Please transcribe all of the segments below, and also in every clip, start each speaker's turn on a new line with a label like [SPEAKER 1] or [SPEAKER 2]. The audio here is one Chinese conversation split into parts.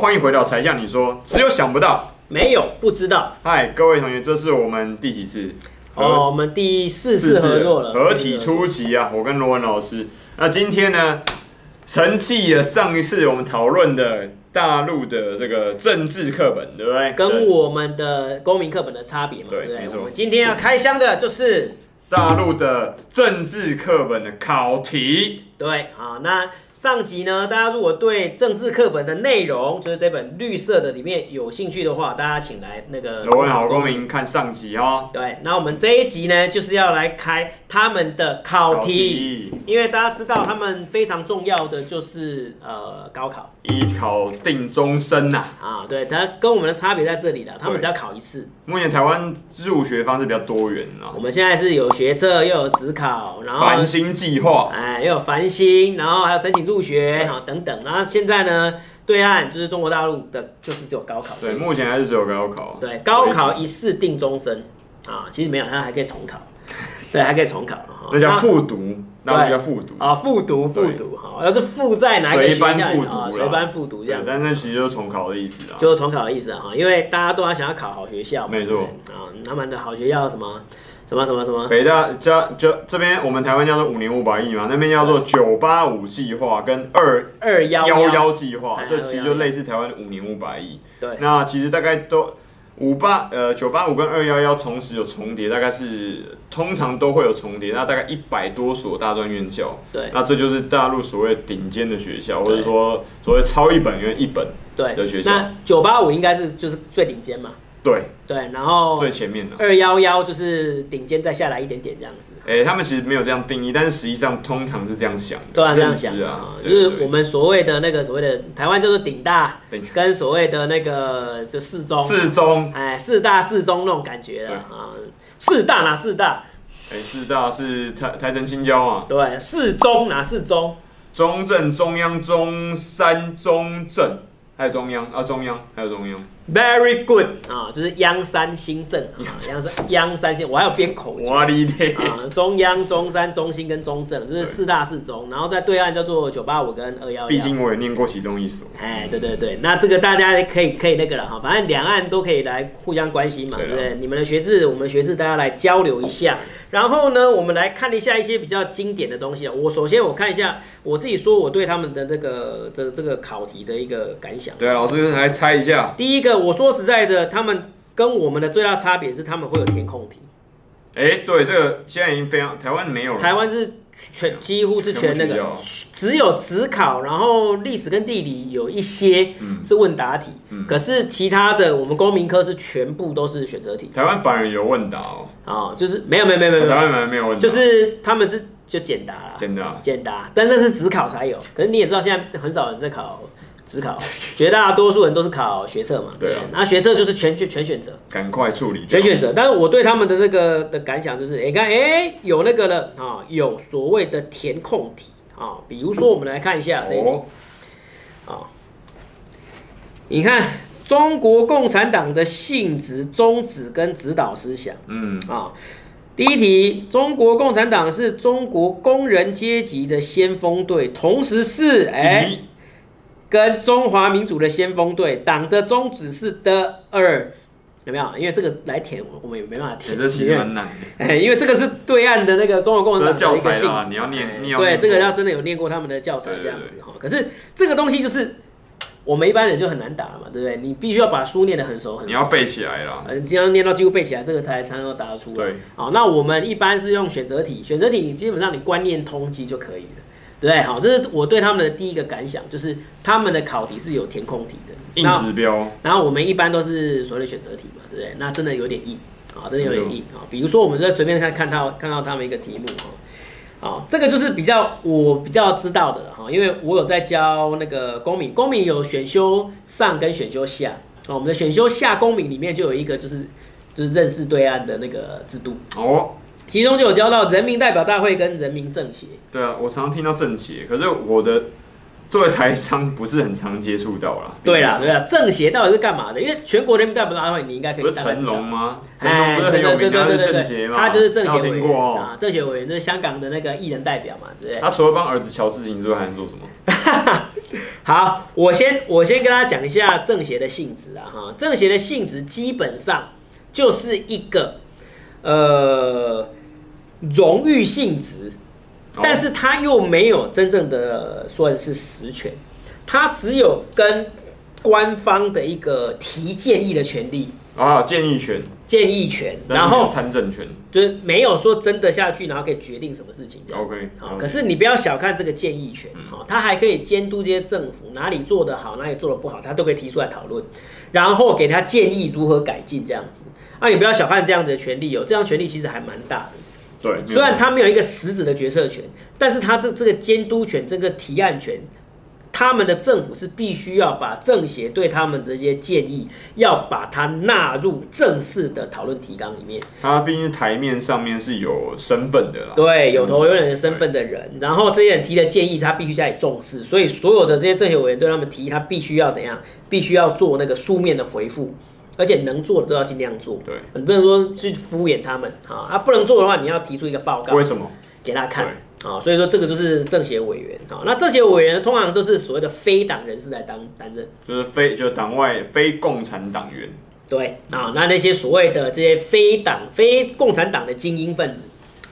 [SPEAKER 1] 欢迎回到才将，你说只有想不到。
[SPEAKER 2] 没有，不知道。
[SPEAKER 1] 嗨，各位同学，这是我们第几次？
[SPEAKER 2] 哦，我们第四次合作了，
[SPEAKER 1] 嗯合体出席啊！我跟罗文老师。那今天呢，承继了上一次我们讨论的大陆的这个政治课本，对不对？
[SPEAKER 2] 跟
[SPEAKER 1] 对
[SPEAKER 2] 我们的公民课本的差别嘛，
[SPEAKER 1] 对
[SPEAKER 2] 对不对？
[SPEAKER 1] 没错
[SPEAKER 2] 我们今天要开箱的就是
[SPEAKER 1] 大陆的政治课本的考题，
[SPEAKER 2] 对啊，那上集呢，大家如果对政治课本的内容，就是这本绿色的里面有兴趣的话，大家请来那个
[SPEAKER 1] 罗文好公民看上集哦。
[SPEAKER 2] 对，那我们这一集呢，就是要来开他们的考题，因为大家知道他们非常重要的就是呃高考
[SPEAKER 1] 一考定终身呐、
[SPEAKER 2] 啊，对，它跟我们的差别在这里了，他们
[SPEAKER 1] 对
[SPEAKER 2] 只要考一次。
[SPEAKER 1] 目前台湾入学方式比较多元啊
[SPEAKER 2] 我，们现在是有学测，又有职考，然后
[SPEAKER 1] 繁星计划，
[SPEAKER 2] 哎，又有繁星，然后还有申请入学哈等等。然后现在呢，对岸就是中国大陆的，就是只有高考，
[SPEAKER 1] 对，目前还是只有高考。
[SPEAKER 2] 对，高考一试定终身啊，其实没有，它还可以重考，对，还可以重考 哈
[SPEAKER 1] 那叫复读，那我们叫复读。
[SPEAKER 2] 啊，复读复
[SPEAKER 1] 对
[SPEAKER 2] 读哈，要是复在哪个学
[SPEAKER 1] 随
[SPEAKER 2] 校
[SPEAKER 1] 班
[SPEAKER 2] 里
[SPEAKER 1] 复读
[SPEAKER 2] 啊，
[SPEAKER 1] 啦
[SPEAKER 2] 随班复读这
[SPEAKER 1] 对
[SPEAKER 2] 样，，
[SPEAKER 1] 但那其实就是重考的意思啊。
[SPEAKER 2] 就是重考的意思哈，因为大家都要想要考好学校嘛，
[SPEAKER 1] 没错
[SPEAKER 2] 对不对啊，他们的好学校什么什么什么什么，
[SPEAKER 1] 北大加就这边我们台湾叫做五年五百亿嘛，那边叫做九八五计划跟二
[SPEAKER 2] 二幺
[SPEAKER 1] 幺幺计划，
[SPEAKER 2] 哎
[SPEAKER 1] 这其实就类似台湾的五年五百亿。
[SPEAKER 2] 对
[SPEAKER 1] 那其实大概都五八呃九八五跟二幺幺同时有重叠，大概是通常都会有重叠，那大概一百多所大专院校，
[SPEAKER 2] 对
[SPEAKER 1] 那这就是大陆所谓顶尖的学校，或
[SPEAKER 2] 对
[SPEAKER 1] 者说所谓超一本跟一本，的
[SPEAKER 2] 对
[SPEAKER 1] 学，校
[SPEAKER 2] 那九八五应该是就是最顶尖嘛，
[SPEAKER 1] 对，
[SPEAKER 2] 对，然后
[SPEAKER 1] 最前面的。
[SPEAKER 2] 二幺幺就是顶尖再下来一点点这样子。
[SPEAKER 1] 哎、他们其实没有这样定义，但是实际上通常是这样想的，
[SPEAKER 2] 都要这样
[SPEAKER 1] 认知
[SPEAKER 2] 想
[SPEAKER 1] 啊，
[SPEAKER 2] 就
[SPEAKER 1] 对
[SPEAKER 2] 是
[SPEAKER 1] 对
[SPEAKER 2] 我们所谓的那个所谓的台湾叫做顶大
[SPEAKER 1] 顶，
[SPEAKER 2] 跟所谓的那个就四中，
[SPEAKER 1] 四中，
[SPEAKER 2] 哎四大四中那种感觉了
[SPEAKER 1] 对
[SPEAKER 2] 啊，四大哪四大？
[SPEAKER 1] 哎、四大是台台城青椒啊，
[SPEAKER 2] 对，四中哪四中？
[SPEAKER 1] 中正、中央、中山、中正，还有中央啊，中央还有中央，
[SPEAKER 2] Very good 啊，就是央三新政啊，央三央三新，我还有编口诀
[SPEAKER 1] 我哩嘞，
[SPEAKER 2] 啊，中央、中山、中心跟中正，就是四大四中，然后在对岸叫做九八五跟二幺
[SPEAKER 1] 毕
[SPEAKER 2] 幺。
[SPEAKER 1] 竟我也念过其中一所，
[SPEAKER 2] 哎，对对对，那这个大家可以可以那个了哈，反正两岸都可以来互相关心嘛，对
[SPEAKER 1] 对啦啊
[SPEAKER 2] 不对？你们的学制，我们的学制，大家来交流一下。然后呢，我们来看一下一些比较经典的东西啊。我首先我看一下我自己说我对他们的这个这这个考题的一个感想。
[SPEAKER 1] 对啊，老师还猜一下，
[SPEAKER 2] 第一个，我说实在的，他们跟我们的最大差别是他们会有填空题，
[SPEAKER 1] 哎、对，这个现在已经非常，台湾没有了，
[SPEAKER 2] 台湾是全几乎是全那
[SPEAKER 1] 全部取
[SPEAKER 2] 个
[SPEAKER 1] 消，
[SPEAKER 2] 只有只考，然后历史跟地理有一些
[SPEAKER 1] 嗯
[SPEAKER 2] 是问答题，可是其他的我们公民科是全部都是选择题
[SPEAKER 1] 台湾反而有问答哦，
[SPEAKER 2] 啊、就是没有没有没有没
[SPEAKER 1] 台
[SPEAKER 2] 有没有，
[SPEAKER 1] 湾反而没有问答，
[SPEAKER 2] 就是他们是就简答啦，
[SPEAKER 1] 真的啊、
[SPEAKER 2] 简答，但那是只考才有，可是你也知道现在很少人在考。只考，绝大多数人都是考学测嘛，
[SPEAKER 1] 对啊
[SPEAKER 2] 然后学测就是全全全选择，
[SPEAKER 1] 赶快处理掉，
[SPEAKER 2] 全选择，但是我对他们的那个的感想就是，哎、看，哎、有那个了啊、有所谓的填空题啊、比如说我们来看一下啊这一题，
[SPEAKER 1] 哦，
[SPEAKER 2] 你看中国共产党的性质、宗旨跟指导思想
[SPEAKER 1] 嗯，
[SPEAKER 2] 啊、第一题，中国共产党是中国工人阶级的先锋队，同时是哎、
[SPEAKER 1] 咦
[SPEAKER 2] 跟中华民主的先锋队，党的宗旨是的二，有没有？因为这个来填我我们也没办法
[SPEAKER 1] 哎
[SPEAKER 2] 填，
[SPEAKER 1] 这其
[SPEAKER 2] 因
[SPEAKER 1] 实
[SPEAKER 2] 为
[SPEAKER 1] 蛮难的。
[SPEAKER 2] 哎，因为这个是对岸的那个中国共产党的一个
[SPEAKER 1] 这是
[SPEAKER 2] 性
[SPEAKER 1] 教材啦
[SPEAKER 2] 质，
[SPEAKER 1] 你要念
[SPEAKER 2] 哎
[SPEAKER 1] 你要
[SPEAKER 2] 对
[SPEAKER 1] 念
[SPEAKER 2] 这个
[SPEAKER 1] 过
[SPEAKER 2] 要真的有念过他们的教材
[SPEAKER 1] 对对
[SPEAKER 2] 这样子哈。可是这个东西就是我们一般人就很难打了嘛，对不对？你必须要把书念得很熟很
[SPEAKER 1] 你
[SPEAKER 2] 熟，
[SPEAKER 1] 要背起来啦。
[SPEAKER 2] 呃，经常念到几乎背起来，这个才才能够答得出来。
[SPEAKER 1] 对，
[SPEAKER 2] 好，那我们一般是用选择题，选择题你基本上你观念通缉就可以了。对不对，好，这是我对他们的第一个感想，就是他们的考题是有填空题的，
[SPEAKER 1] 硬
[SPEAKER 2] 那
[SPEAKER 1] 指标，
[SPEAKER 2] 然后我们一般都是所谓的选择题嘛，对不对？那真的有点硬啊，真的有点硬
[SPEAKER 1] 嗯
[SPEAKER 2] 啊。比如说，我们在随便看看到看到他们一个题目啊，啊，这个就是比较我比较知道的了哈，因为我有在教那个公民，公民有选修上跟选修下啊。我们的选修下公民里面就有一个就是就是认识对岸的那个制度，
[SPEAKER 1] 哦，
[SPEAKER 2] 其中就有教到人民代表大会跟人民政协。
[SPEAKER 1] 对啊，我常常听到政协，可是我的作为台商不是很常接触到啦。
[SPEAKER 2] 对啦，对啦，政协到底是干嘛的？因为全国人民代表大会你应该可以
[SPEAKER 1] 不是
[SPEAKER 2] 大概知
[SPEAKER 1] 成
[SPEAKER 2] 道
[SPEAKER 1] 龙吗？成龙
[SPEAKER 2] 哎，
[SPEAKER 1] 不是
[SPEAKER 2] 对
[SPEAKER 1] 很有
[SPEAKER 2] 对
[SPEAKER 1] 名啊
[SPEAKER 2] 对对
[SPEAKER 1] 的，他是
[SPEAKER 2] 对对，
[SPEAKER 1] 政协嘛，
[SPEAKER 2] 他就是政协
[SPEAKER 1] 有
[SPEAKER 2] 委
[SPEAKER 1] 听
[SPEAKER 2] 员
[SPEAKER 1] 过哦。
[SPEAKER 2] 啊，政协委员就是香港的那个艺人代表嘛，对不对？
[SPEAKER 1] 他除了帮儿子乔治情之外，还能做什么？
[SPEAKER 2] 好，我先我先跟大家讲一下政协的性质啊，哈，政协的性质基本上就是一个呃荣誉性质，
[SPEAKER 1] 哦
[SPEAKER 2] 但是它又没有真正的算是实权，它只有跟官方的一个提建议的权利、
[SPEAKER 1] 啊，建议权，
[SPEAKER 2] 建议权，
[SPEAKER 1] 但是
[SPEAKER 2] 然
[SPEAKER 1] 没有
[SPEAKER 2] 后
[SPEAKER 1] 参政权
[SPEAKER 2] 就是没有说真的下去，然后可以决定什么事情这样子。
[SPEAKER 1] ，OK，
[SPEAKER 2] 好，可是你不要小看这个建议权，好，他还可以监督这些政府哪里做得好，哪里做得不好，他都可以提出来讨论，然后给他建议如何改进这样子。啊，你不要小看这样子的权利哦，这样权利其实还蛮大的。
[SPEAKER 1] 对，
[SPEAKER 2] 虽然他没有一个实质的决策权，但是他这这个监督权、这个提案权，他们的政府是必须要把政协对他们的这些建议，要把它纳入正式的讨论提纲里面。
[SPEAKER 1] 他毕竟台面上面是有身份的啦，
[SPEAKER 2] 对，有头有脸的身份的人，然后这些人提的建议，他必须加以重视。所以所有的这些政协委员对他们提议，他必须要怎样？必须要做那个书面的回复，而且能做的都要尽量做。
[SPEAKER 1] 对，
[SPEAKER 2] 你不能说去敷衍他们啊！啊，不能做的话，你要提出一个报告
[SPEAKER 1] 为什么？
[SPEAKER 2] 给他看啊、所以说这个就是政协委员啊、那政协委员通常都是所谓的非党人士来当担任。
[SPEAKER 1] 就是非就是党外非共产党员，
[SPEAKER 2] 对啊、那那些所谓的这些非党、非共产党的精英分子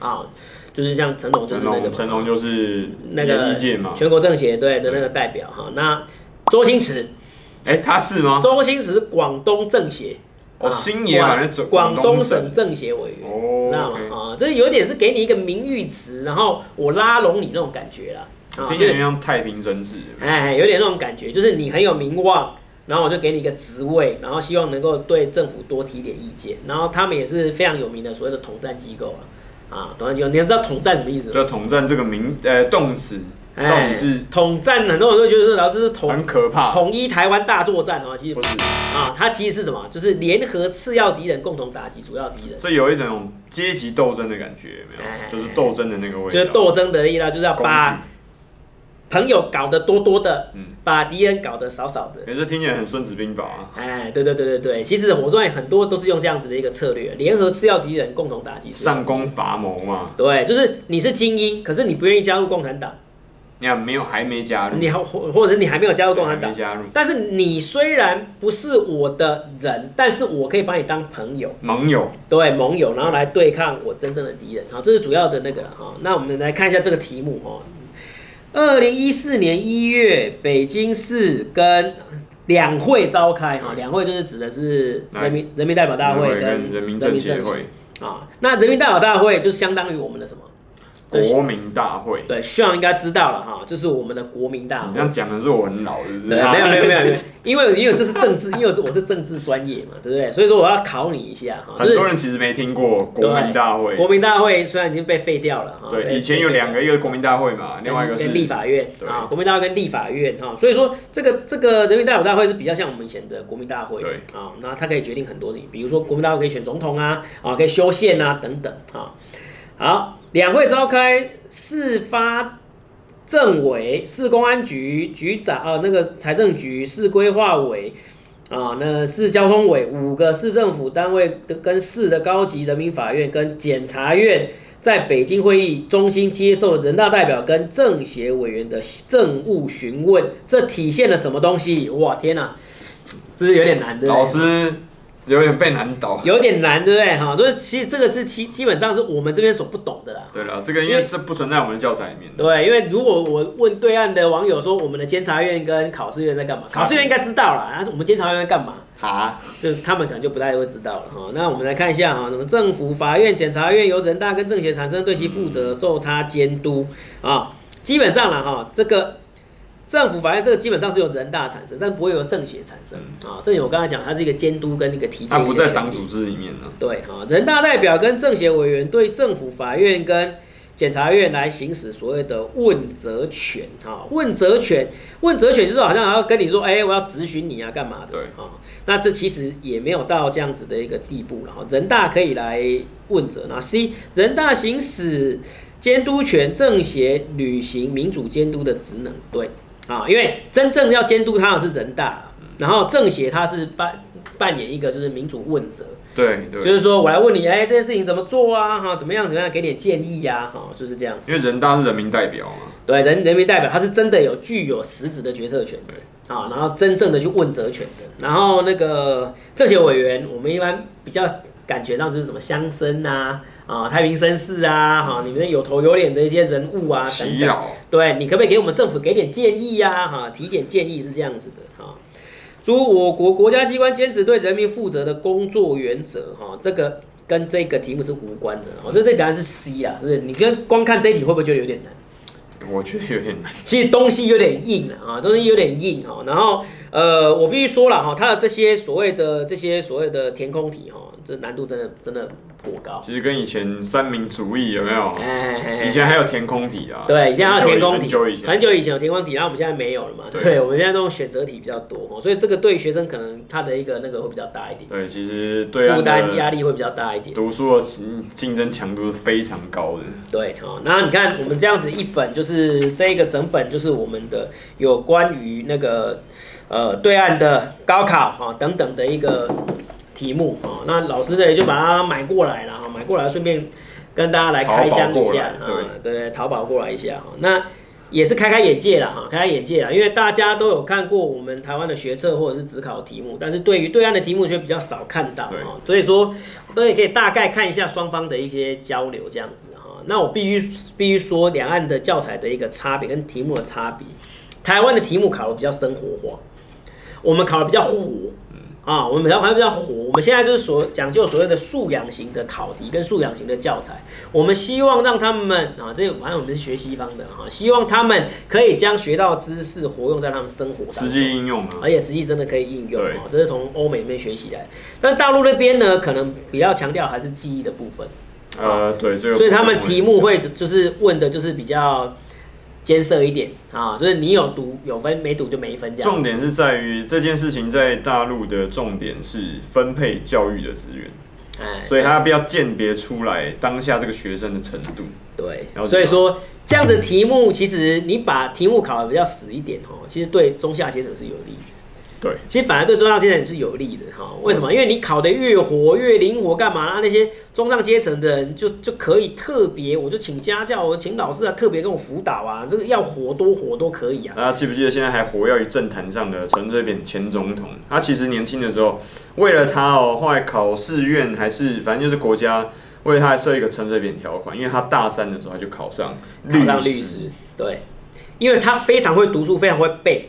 [SPEAKER 2] 啊、就是像成龙就是
[SPEAKER 1] 成
[SPEAKER 2] 那个
[SPEAKER 1] 龙
[SPEAKER 2] 嘛
[SPEAKER 1] 成龙就是
[SPEAKER 2] 那个
[SPEAKER 1] 演艺界嘛，嗯
[SPEAKER 2] 全国政协对的那个代表哈。那周星驰，
[SPEAKER 1] 哎，他是吗？
[SPEAKER 2] 周星驰是广东政协，
[SPEAKER 1] 哦，
[SPEAKER 2] 啊
[SPEAKER 1] 星爷
[SPEAKER 2] 广
[SPEAKER 1] 反正走
[SPEAKER 2] 广东
[SPEAKER 1] 省
[SPEAKER 2] 省政协委员，
[SPEAKER 1] 哦
[SPEAKER 2] 知道吗？啊、这有点是给你一个名誉值，然后我拉拢你那种感觉啦。啊，
[SPEAKER 1] 听
[SPEAKER 2] 就
[SPEAKER 1] 起来
[SPEAKER 2] 是
[SPEAKER 1] 像太平绅士，
[SPEAKER 2] 哎，有点那种感觉，就是你很有名望。然后我就给你一个职位，然后希望能够对政府多提点意见。然后他们也是非常有名的所谓的统战机构啊，啊，统战机构，你知道统战什么意思吗？
[SPEAKER 1] 就统战这个名呃动词
[SPEAKER 2] 哎
[SPEAKER 1] 到底是
[SPEAKER 2] 统战，很多人都觉得说老师是统
[SPEAKER 1] 很可怕，
[SPEAKER 2] 统一台湾大作战哦，其实
[SPEAKER 1] 不是？
[SPEAKER 2] 啊，它其实是什么？就是联合次要敌人，共同打击主要敌人，
[SPEAKER 1] 这有一种阶级斗争的感觉，有没
[SPEAKER 2] 哎
[SPEAKER 1] 有？就是斗争的那个味道，
[SPEAKER 2] 就是斗争得意啦，就是要
[SPEAKER 1] 啊攻
[SPEAKER 2] 把
[SPEAKER 1] 击，
[SPEAKER 2] 朋友搞得多多的，
[SPEAKER 1] 嗯，
[SPEAKER 2] 把敌人搞得少少的。
[SPEAKER 1] 也是听起来很《孙子兵法》啊，
[SPEAKER 2] 哎，对对对对对，其实我说哎很多都是用这样子的一个策略，联合次要敌人，共同打击主要
[SPEAKER 1] 上攻伐谋嘛。
[SPEAKER 2] 对，就是你是精英，可是你不愿意加入共产党，
[SPEAKER 1] 你看没有还没加入，
[SPEAKER 2] 你还或或者是你还没有加入共
[SPEAKER 1] 还
[SPEAKER 2] 产
[SPEAKER 1] 没
[SPEAKER 2] 党，
[SPEAKER 1] 加入
[SPEAKER 2] 但是你虽然不是我的人，但是我可以把你当朋友。
[SPEAKER 1] 盟友，
[SPEAKER 2] 对盟友，然后来对抗我真正的敌人。好，这是主要的那个哈。那我们来看一下这个题目哦。二零一四年一月，北京市跟两会召开哈，
[SPEAKER 1] 对
[SPEAKER 2] 两会就是指的是
[SPEAKER 1] 嗯来
[SPEAKER 2] 人民人民代表大会
[SPEAKER 1] 跟
[SPEAKER 2] 跟
[SPEAKER 1] 人民政协会、
[SPEAKER 2] 啊。那人民代表大会就相当于我们的什么？就是
[SPEAKER 1] 国民大会。
[SPEAKER 2] 对，希望应该知道了哈，就是我们的国民大
[SPEAKER 1] 你
[SPEAKER 2] 会
[SPEAKER 1] 这。样啊讲的是我很老，是不是？
[SPEAKER 2] 对，没有没有没有没有，因为因为这是政治，因为我是政治专业嘛，对不对？所以说我要考你一下哈，就
[SPEAKER 1] 很
[SPEAKER 2] 是
[SPEAKER 1] 多人其实没听过国民大会。
[SPEAKER 2] 国民大会虽然已经被废掉了哈，
[SPEAKER 1] 对，
[SPEAKER 2] 被
[SPEAKER 1] 以前有两个，一个国民大会嘛，
[SPEAKER 2] 跟
[SPEAKER 1] 另外一个是
[SPEAKER 2] 跟立法院
[SPEAKER 1] 对
[SPEAKER 2] 啊，国民大会跟立法院哈，所以说这个这个人民代表大会是比较像我们以前的国民大会，
[SPEAKER 1] 对
[SPEAKER 2] 啊，那它可以决定很多事情，比如说国民大会可以选总统啊，啊可以修宪啊等等啊。好，两会召开，事发政委、市公安局局长啊、那个财政局、市规划委啊、那市交通委五个市政府单位的跟市的高级人民法院跟检察院在北京会议中心接受人大代表跟政协委员的政务询问，这体现了什么东西？哇，天哪、这是有点难的。欸
[SPEAKER 1] 老师有点被难倒。
[SPEAKER 2] 有点难，对不对？哈，就是其实这个是基基本上是我们这边所不懂的啦。
[SPEAKER 1] 对了，这个因为这不存在我们的教材里面的。
[SPEAKER 2] 对，因为如果我问对岸的网友说我们的监察院跟考试院在干嘛，考试院应该知道了，啊，我们监察院在干嘛，
[SPEAKER 1] 哈，
[SPEAKER 2] 就他们可能就不太会知道了哈。那我们来看一下哈，什么政府、法院、检察院由人大跟政协产生，对其负
[SPEAKER 1] 嗯
[SPEAKER 2] 责，受他监督啊。基本上了哈，这个政府、法院这个基本上是由人大产生，但不会由政协产生啊。政协我刚才讲，它是一个监督跟一个提
[SPEAKER 1] 他
[SPEAKER 2] 建议
[SPEAKER 1] 嗯
[SPEAKER 2] 的
[SPEAKER 1] 不在
[SPEAKER 2] 权
[SPEAKER 1] 党
[SPEAKER 2] 利
[SPEAKER 1] 组织里面呢。
[SPEAKER 2] 对哈，人大代表跟政协委员对政府、法院跟检察院来行使所谓的问责权哈，问责权，问责权就是好像还要跟你说，哎、我要咨询你啊，干嘛的？
[SPEAKER 1] 对
[SPEAKER 2] 哈，那这其实也没有到这样子的一个地步了哈。人大可以来问责，那 C 人大行使监督权，政协履行民主监督的职能，对啊，因为真正要监督他的是人大，然后政协他是办扮演一个就是民主问责，
[SPEAKER 1] 对对，
[SPEAKER 2] 就是说我来问你，哎、这件事情怎么做啊？哈，怎么样怎么样，给点建议呀、哈，就是这样子。
[SPEAKER 1] 因为人大是人民代表嘛，
[SPEAKER 2] 对，人人民代表他是真的有具有实质的决策权的啊，然后真正的去问责权的。然后那个这些委员，我们一般比较感觉到就是什么乡绅啊、啊太平绅士啊、哈、里面有头有脸的一些人物啊等
[SPEAKER 1] 祈
[SPEAKER 2] 等。
[SPEAKER 1] 祷，
[SPEAKER 2] 对你可不可以给我们政府给点建议呀、哈，提点建议是这样子的哈。诸我国国家机关坚持对人民负责的工作原则哈，这个跟这个题目是无关的。我觉得这答案是 C 啊，就是你跟光看这一题会不会觉得有点难？
[SPEAKER 1] 我觉得有点难，
[SPEAKER 2] 其实东西有点硬啊，啊东西有点硬哈。然后呃，我必须说了哈，它的这些所谓的这些所谓的填空题哈，这难度真的真的颇高。
[SPEAKER 1] 其实跟以前三民主义有没有？
[SPEAKER 2] 哎哎哎
[SPEAKER 1] 以前还有填空题啊，
[SPEAKER 2] 对，以前还有填空题，
[SPEAKER 1] 很久以前，
[SPEAKER 2] 很久以前有填空题，然后我们现在没有了嘛。
[SPEAKER 1] 对
[SPEAKER 2] 对，我们现在都用选择题比较多哦，所以这个对学生可能他的一个那个会比较大一点，
[SPEAKER 1] 对，其实对啊岸
[SPEAKER 2] 负担压
[SPEAKER 1] 的
[SPEAKER 2] 力会比较大一点。
[SPEAKER 1] 读书的竞竞争强度是非常高的，
[SPEAKER 2] 对，好，那你看我们这样子一本就是这一个整本就是我们的有关于那个呃对岸的高考哈、等等的一个题目啊、哦那老师呢也就把它买过来了哈、买过来顺便跟大家来开箱一
[SPEAKER 1] 淘宝过
[SPEAKER 2] 下
[SPEAKER 1] 来
[SPEAKER 2] 啊、
[SPEAKER 1] 对
[SPEAKER 2] 对，淘宝过来一下哈、那。也是开开眼界了哈，开开眼界了，因为大家都有看过我们台湾的学测或者是职考题目，但是对于对岸的题目却比较少看到
[SPEAKER 1] 对
[SPEAKER 2] 啊，所以说都也可以大概看一下双方的一些交流这样子哈。那我必须必须说两岸的教材的一个差别跟题目的差别，台湾的题目考的比较生活化，我们考的比较活。
[SPEAKER 1] 嗯
[SPEAKER 2] 啊，我们比较还比较火，我们现在就是所讲究所谓的素养型的考题跟素养型的教材，我们希望让他们啊，这反正我们是学西方的啊，希望他们可以将学到的知识活用在他们生活当
[SPEAKER 1] 实
[SPEAKER 2] 中。
[SPEAKER 1] 际应用啊，
[SPEAKER 2] 而且实际真的可以应用
[SPEAKER 1] 对
[SPEAKER 2] 哦，这是从欧美那边学习来。但大陆那边呢，可能比较强调还是记忆的部分，
[SPEAKER 1] 呃，对，这个
[SPEAKER 2] 所以他们题目会就是问的就是比较艰涩一点啊，就是你有读有分，没读就没分这样。
[SPEAKER 1] 重点是在于这件事情在大陆的重点是分配教育的资源，
[SPEAKER 2] 哎，
[SPEAKER 1] 所以他要鉴别出来当下这个学生的程度。
[SPEAKER 2] 对
[SPEAKER 1] 了，解
[SPEAKER 2] 所以说这样的题目，其实你把题目考的比较死一点哦，其实对中下阶层是有利的。
[SPEAKER 1] 对，
[SPEAKER 2] 其实反而对中上阶层是有利的哈。为什
[SPEAKER 1] 嗯
[SPEAKER 2] 么？因为你考得越活越灵活，干嘛？那那些中上阶层的人就就可以特别，我就请家教，我请老师啊，特别跟我辅导啊，这个要活多活都可以啊。
[SPEAKER 1] 大家记不记得现在还活跃于政坛上的陈水扁前总统？他其实年轻的时候，为了他哦，后来考试院还是反正就是国家为他还设一个陈水扁条款，因为他大三的时候他就考上
[SPEAKER 2] 考
[SPEAKER 1] 律
[SPEAKER 2] 上律
[SPEAKER 1] 师
[SPEAKER 2] 师。，对，因为他非常会读书，非常会背，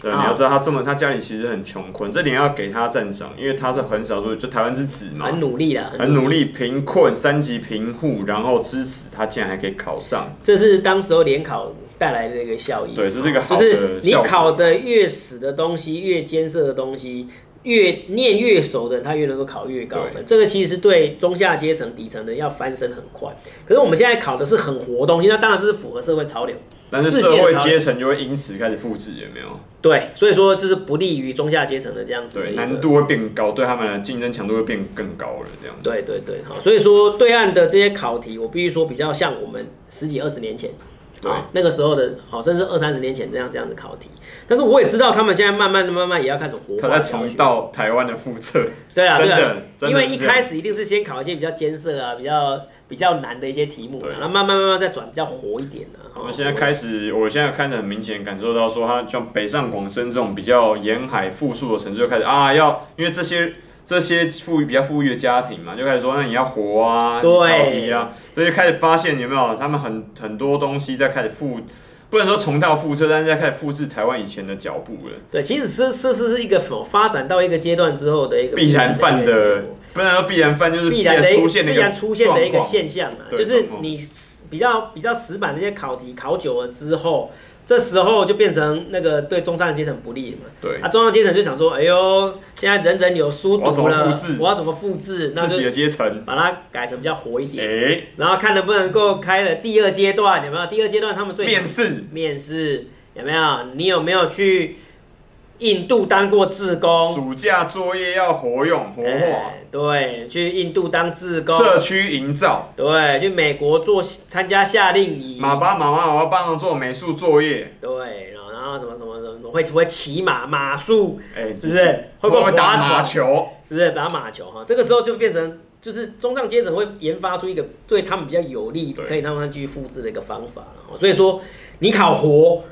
[SPEAKER 1] 对，
[SPEAKER 2] 啊
[SPEAKER 1] 你要知道他这么，他家里其实很穷困，这点要给他赞赏，因为他是很少数，就台湾之子嘛，
[SPEAKER 2] 很努力啦，
[SPEAKER 1] 很努力，贫困三级贫户，然后支持他竟然还可以考上，
[SPEAKER 2] 这是当时候联考带来的一个效益。哦
[SPEAKER 1] 对这是一个好
[SPEAKER 2] 就
[SPEAKER 1] 的
[SPEAKER 2] 是你
[SPEAKER 1] 效果
[SPEAKER 2] 考的越死的东西，越艰涩的东西，越念越熟的人，他越能够考越高分。这个其实是对中下阶层、底层的要翻身很快。可是我们现在考的是很活的东西，那当然这是符合社会潮流。
[SPEAKER 1] 但是
[SPEAKER 2] 世界
[SPEAKER 1] 社会
[SPEAKER 2] 潮流
[SPEAKER 1] 阶层就会因此开始复制，有没有？
[SPEAKER 2] 对，所以说这是不利于中下阶层的这样子的
[SPEAKER 1] 对，
[SPEAKER 2] 一个
[SPEAKER 1] 难度会变高，对他们的竞争强度会变更高了，这样。
[SPEAKER 2] 对对对，好，所以说对岸的这些考题，我必须说比较像我们十几二十年前，
[SPEAKER 1] 对
[SPEAKER 2] 啊那个时候的，好，甚至二三十年前这样这样的考题。但是我也知道他们现在慢慢的、慢慢也要开始活
[SPEAKER 1] 他
[SPEAKER 2] 化
[SPEAKER 1] 在
[SPEAKER 2] 教
[SPEAKER 1] 重
[SPEAKER 2] 学。
[SPEAKER 1] 蹈台湾的覆辙，
[SPEAKER 2] 对啊，
[SPEAKER 1] 真
[SPEAKER 2] 对
[SPEAKER 1] 的
[SPEAKER 2] 啊，
[SPEAKER 1] 真的
[SPEAKER 2] 因为
[SPEAKER 1] 是
[SPEAKER 2] 一
[SPEAKER 1] 这样
[SPEAKER 2] 开始一定是先考一些比较艰涩啊、比较比较难的一些题目啊
[SPEAKER 1] 对，
[SPEAKER 2] 然后慢慢慢慢再转比较活一点啊。
[SPEAKER 1] 我们现在开始，我现在看得很明显感受到说，它像北上广深这种比较沿海富庶的城市，就开始啊，要因为这些这些富裕比较富裕的家庭嘛，就开始说，那你要活啊，
[SPEAKER 2] 对
[SPEAKER 1] 考题啊，所以就开始发现有没有他们很很多东西在开始复，不能说重蹈覆辙，但是在开始复制台湾以前的脚步了，
[SPEAKER 2] 对，其实是是是是一个发展到一个阶段之后的一个
[SPEAKER 1] 必然犯
[SPEAKER 2] 必然的一个
[SPEAKER 1] 的
[SPEAKER 2] 结果，
[SPEAKER 1] 不能说必然犯，就是
[SPEAKER 2] 必然的一
[SPEAKER 1] 出
[SPEAKER 2] 个
[SPEAKER 1] 现的一
[SPEAKER 2] 必
[SPEAKER 1] 个
[SPEAKER 2] 然出现的一个
[SPEAKER 1] 状况
[SPEAKER 2] 现象啊，
[SPEAKER 1] 对
[SPEAKER 2] 就是
[SPEAKER 1] 状况
[SPEAKER 2] 你比较比较死板这些考题考久了之后，这时候就变成那个对中上阶层不利了嘛。
[SPEAKER 1] 对
[SPEAKER 2] 啊，中上阶层就想说，哎呦，现在人人有书
[SPEAKER 1] 我要怎
[SPEAKER 2] 读
[SPEAKER 1] 么
[SPEAKER 2] 了
[SPEAKER 1] 复制，
[SPEAKER 2] 我要怎么复制？那
[SPEAKER 1] 自己
[SPEAKER 2] 就
[SPEAKER 1] 的阶层，
[SPEAKER 2] 把它改成比较活一
[SPEAKER 1] 哎、
[SPEAKER 2] 点，然后看能不能够开了第二阶段，有没有？第二阶段他们最
[SPEAKER 1] 面试。
[SPEAKER 2] 面试有没有？你有没有去印度当过志工？
[SPEAKER 1] 暑假作业要活用活化，
[SPEAKER 2] 哎对，去印度当志工，
[SPEAKER 1] 社区营造。
[SPEAKER 2] 对，去美国做参加夏令营，
[SPEAKER 1] 爸爸妈妈，我要帮忙做美术作业。
[SPEAKER 2] 对，然后然后什么什么什么么？会会骑马马术，
[SPEAKER 1] 哎，
[SPEAKER 2] 是不是
[SPEAKER 1] 会
[SPEAKER 2] 会
[SPEAKER 1] 不
[SPEAKER 2] 不
[SPEAKER 1] 会
[SPEAKER 2] 会
[SPEAKER 1] 打
[SPEAKER 2] 划船
[SPEAKER 1] 马球？
[SPEAKER 2] 是不是打马球哈？这个时候就变成就是中上阶层会研发出一个对他们比较有利，
[SPEAKER 1] 对
[SPEAKER 2] 可以让他们继续复制的一个方法了哈。所以说，你考活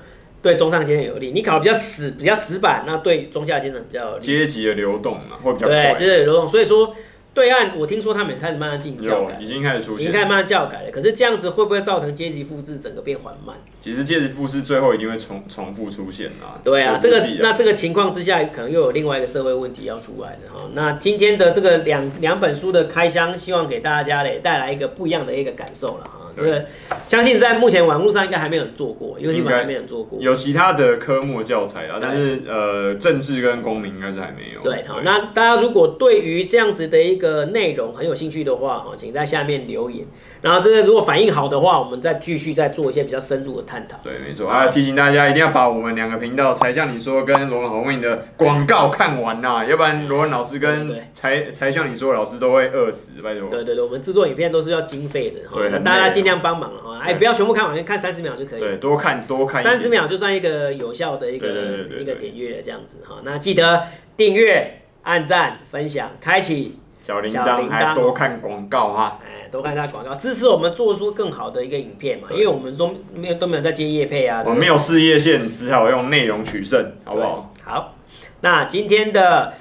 [SPEAKER 2] 对中上阶层有利，你考比较死比较死板，那对中下阶层比较有利。
[SPEAKER 1] 阶级的流动啊，会比较
[SPEAKER 2] 对，
[SPEAKER 1] 快。
[SPEAKER 2] 这是流动。所以说，对岸我听说他们也开始慢慢进行教
[SPEAKER 1] 有
[SPEAKER 2] 改，
[SPEAKER 1] 已经开始出
[SPEAKER 2] 已经开始
[SPEAKER 1] 现，
[SPEAKER 2] 慢慢教改了。可是这样子会不会造成阶级复制整个变缓慢？
[SPEAKER 1] 其实阶级复制最后一定会重重复出现啊。
[SPEAKER 2] 对啊，这
[SPEAKER 1] 是
[SPEAKER 2] 个
[SPEAKER 1] 必然
[SPEAKER 2] 那这个情况之下，可能又有另外一个社会问题要出来的哈。那今天的这个两两本书的开箱，希望给大家嘞带来一个不一样的一个感受了哈。这
[SPEAKER 1] 对
[SPEAKER 2] 个相信在目前网络上应该还没有人做过，因为你
[SPEAKER 1] 应
[SPEAKER 2] 们
[SPEAKER 1] 该
[SPEAKER 2] 还没有人做过。
[SPEAKER 1] 有其他的科目的教材啦，啊
[SPEAKER 2] 对
[SPEAKER 1] 但是呃，政治跟公民应该是还没有。
[SPEAKER 2] 嗯对，好，那大家如果对于这样子的一个内容很有兴趣的话，哈，请在下面留言。然后这个如果反应好的话，我们再继续再做一些比较深入的探讨。
[SPEAKER 1] 对，没错啊！提醒大家一定要把我们两个频道《才像你说》跟罗文宏颖的广告看完呐、要不然罗文老师跟
[SPEAKER 2] 对对对
[SPEAKER 1] 才才像你说的老师都会饿死，拜托。
[SPEAKER 2] 对对对，我们制作影片都是要经费的，哈
[SPEAKER 1] 对，
[SPEAKER 2] 那
[SPEAKER 1] 很
[SPEAKER 2] 大
[SPEAKER 1] 累
[SPEAKER 2] 家
[SPEAKER 1] 啊
[SPEAKER 2] 尽量帮忙了哈。哎，
[SPEAKER 1] 对
[SPEAKER 2] 不要全部看完，看三十秒就可以了。
[SPEAKER 1] 对，多看多看一点。
[SPEAKER 2] 三十秒就算一个有效的一个
[SPEAKER 1] 对对对对对
[SPEAKER 2] 一个点阅了，这样子哈。那记得订阅、按赞、分享、开启，
[SPEAKER 1] 小铃
[SPEAKER 2] 小
[SPEAKER 1] 铛，
[SPEAKER 2] 铃铛
[SPEAKER 1] 还多看广告哈。
[SPEAKER 2] 哎，多看一下广告，支持我们做出更好的一个影片嘛。因
[SPEAKER 1] 对
[SPEAKER 2] 为我们都没有都没有在接业配啊，
[SPEAKER 1] 我们没
[SPEAKER 2] 有，
[SPEAKER 1] 有事业线，只好用内容取胜，好不好？
[SPEAKER 2] 对？好，那今天的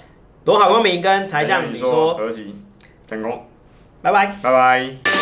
[SPEAKER 2] 罗好光明跟才
[SPEAKER 1] 才
[SPEAKER 2] 相
[SPEAKER 1] 像
[SPEAKER 2] 你
[SPEAKER 1] 你说，呃
[SPEAKER 2] 说，
[SPEAKER 1] 合集成功，
[SPEAKER 2] 拜拜。
[SPEAKER 1] 拜拜。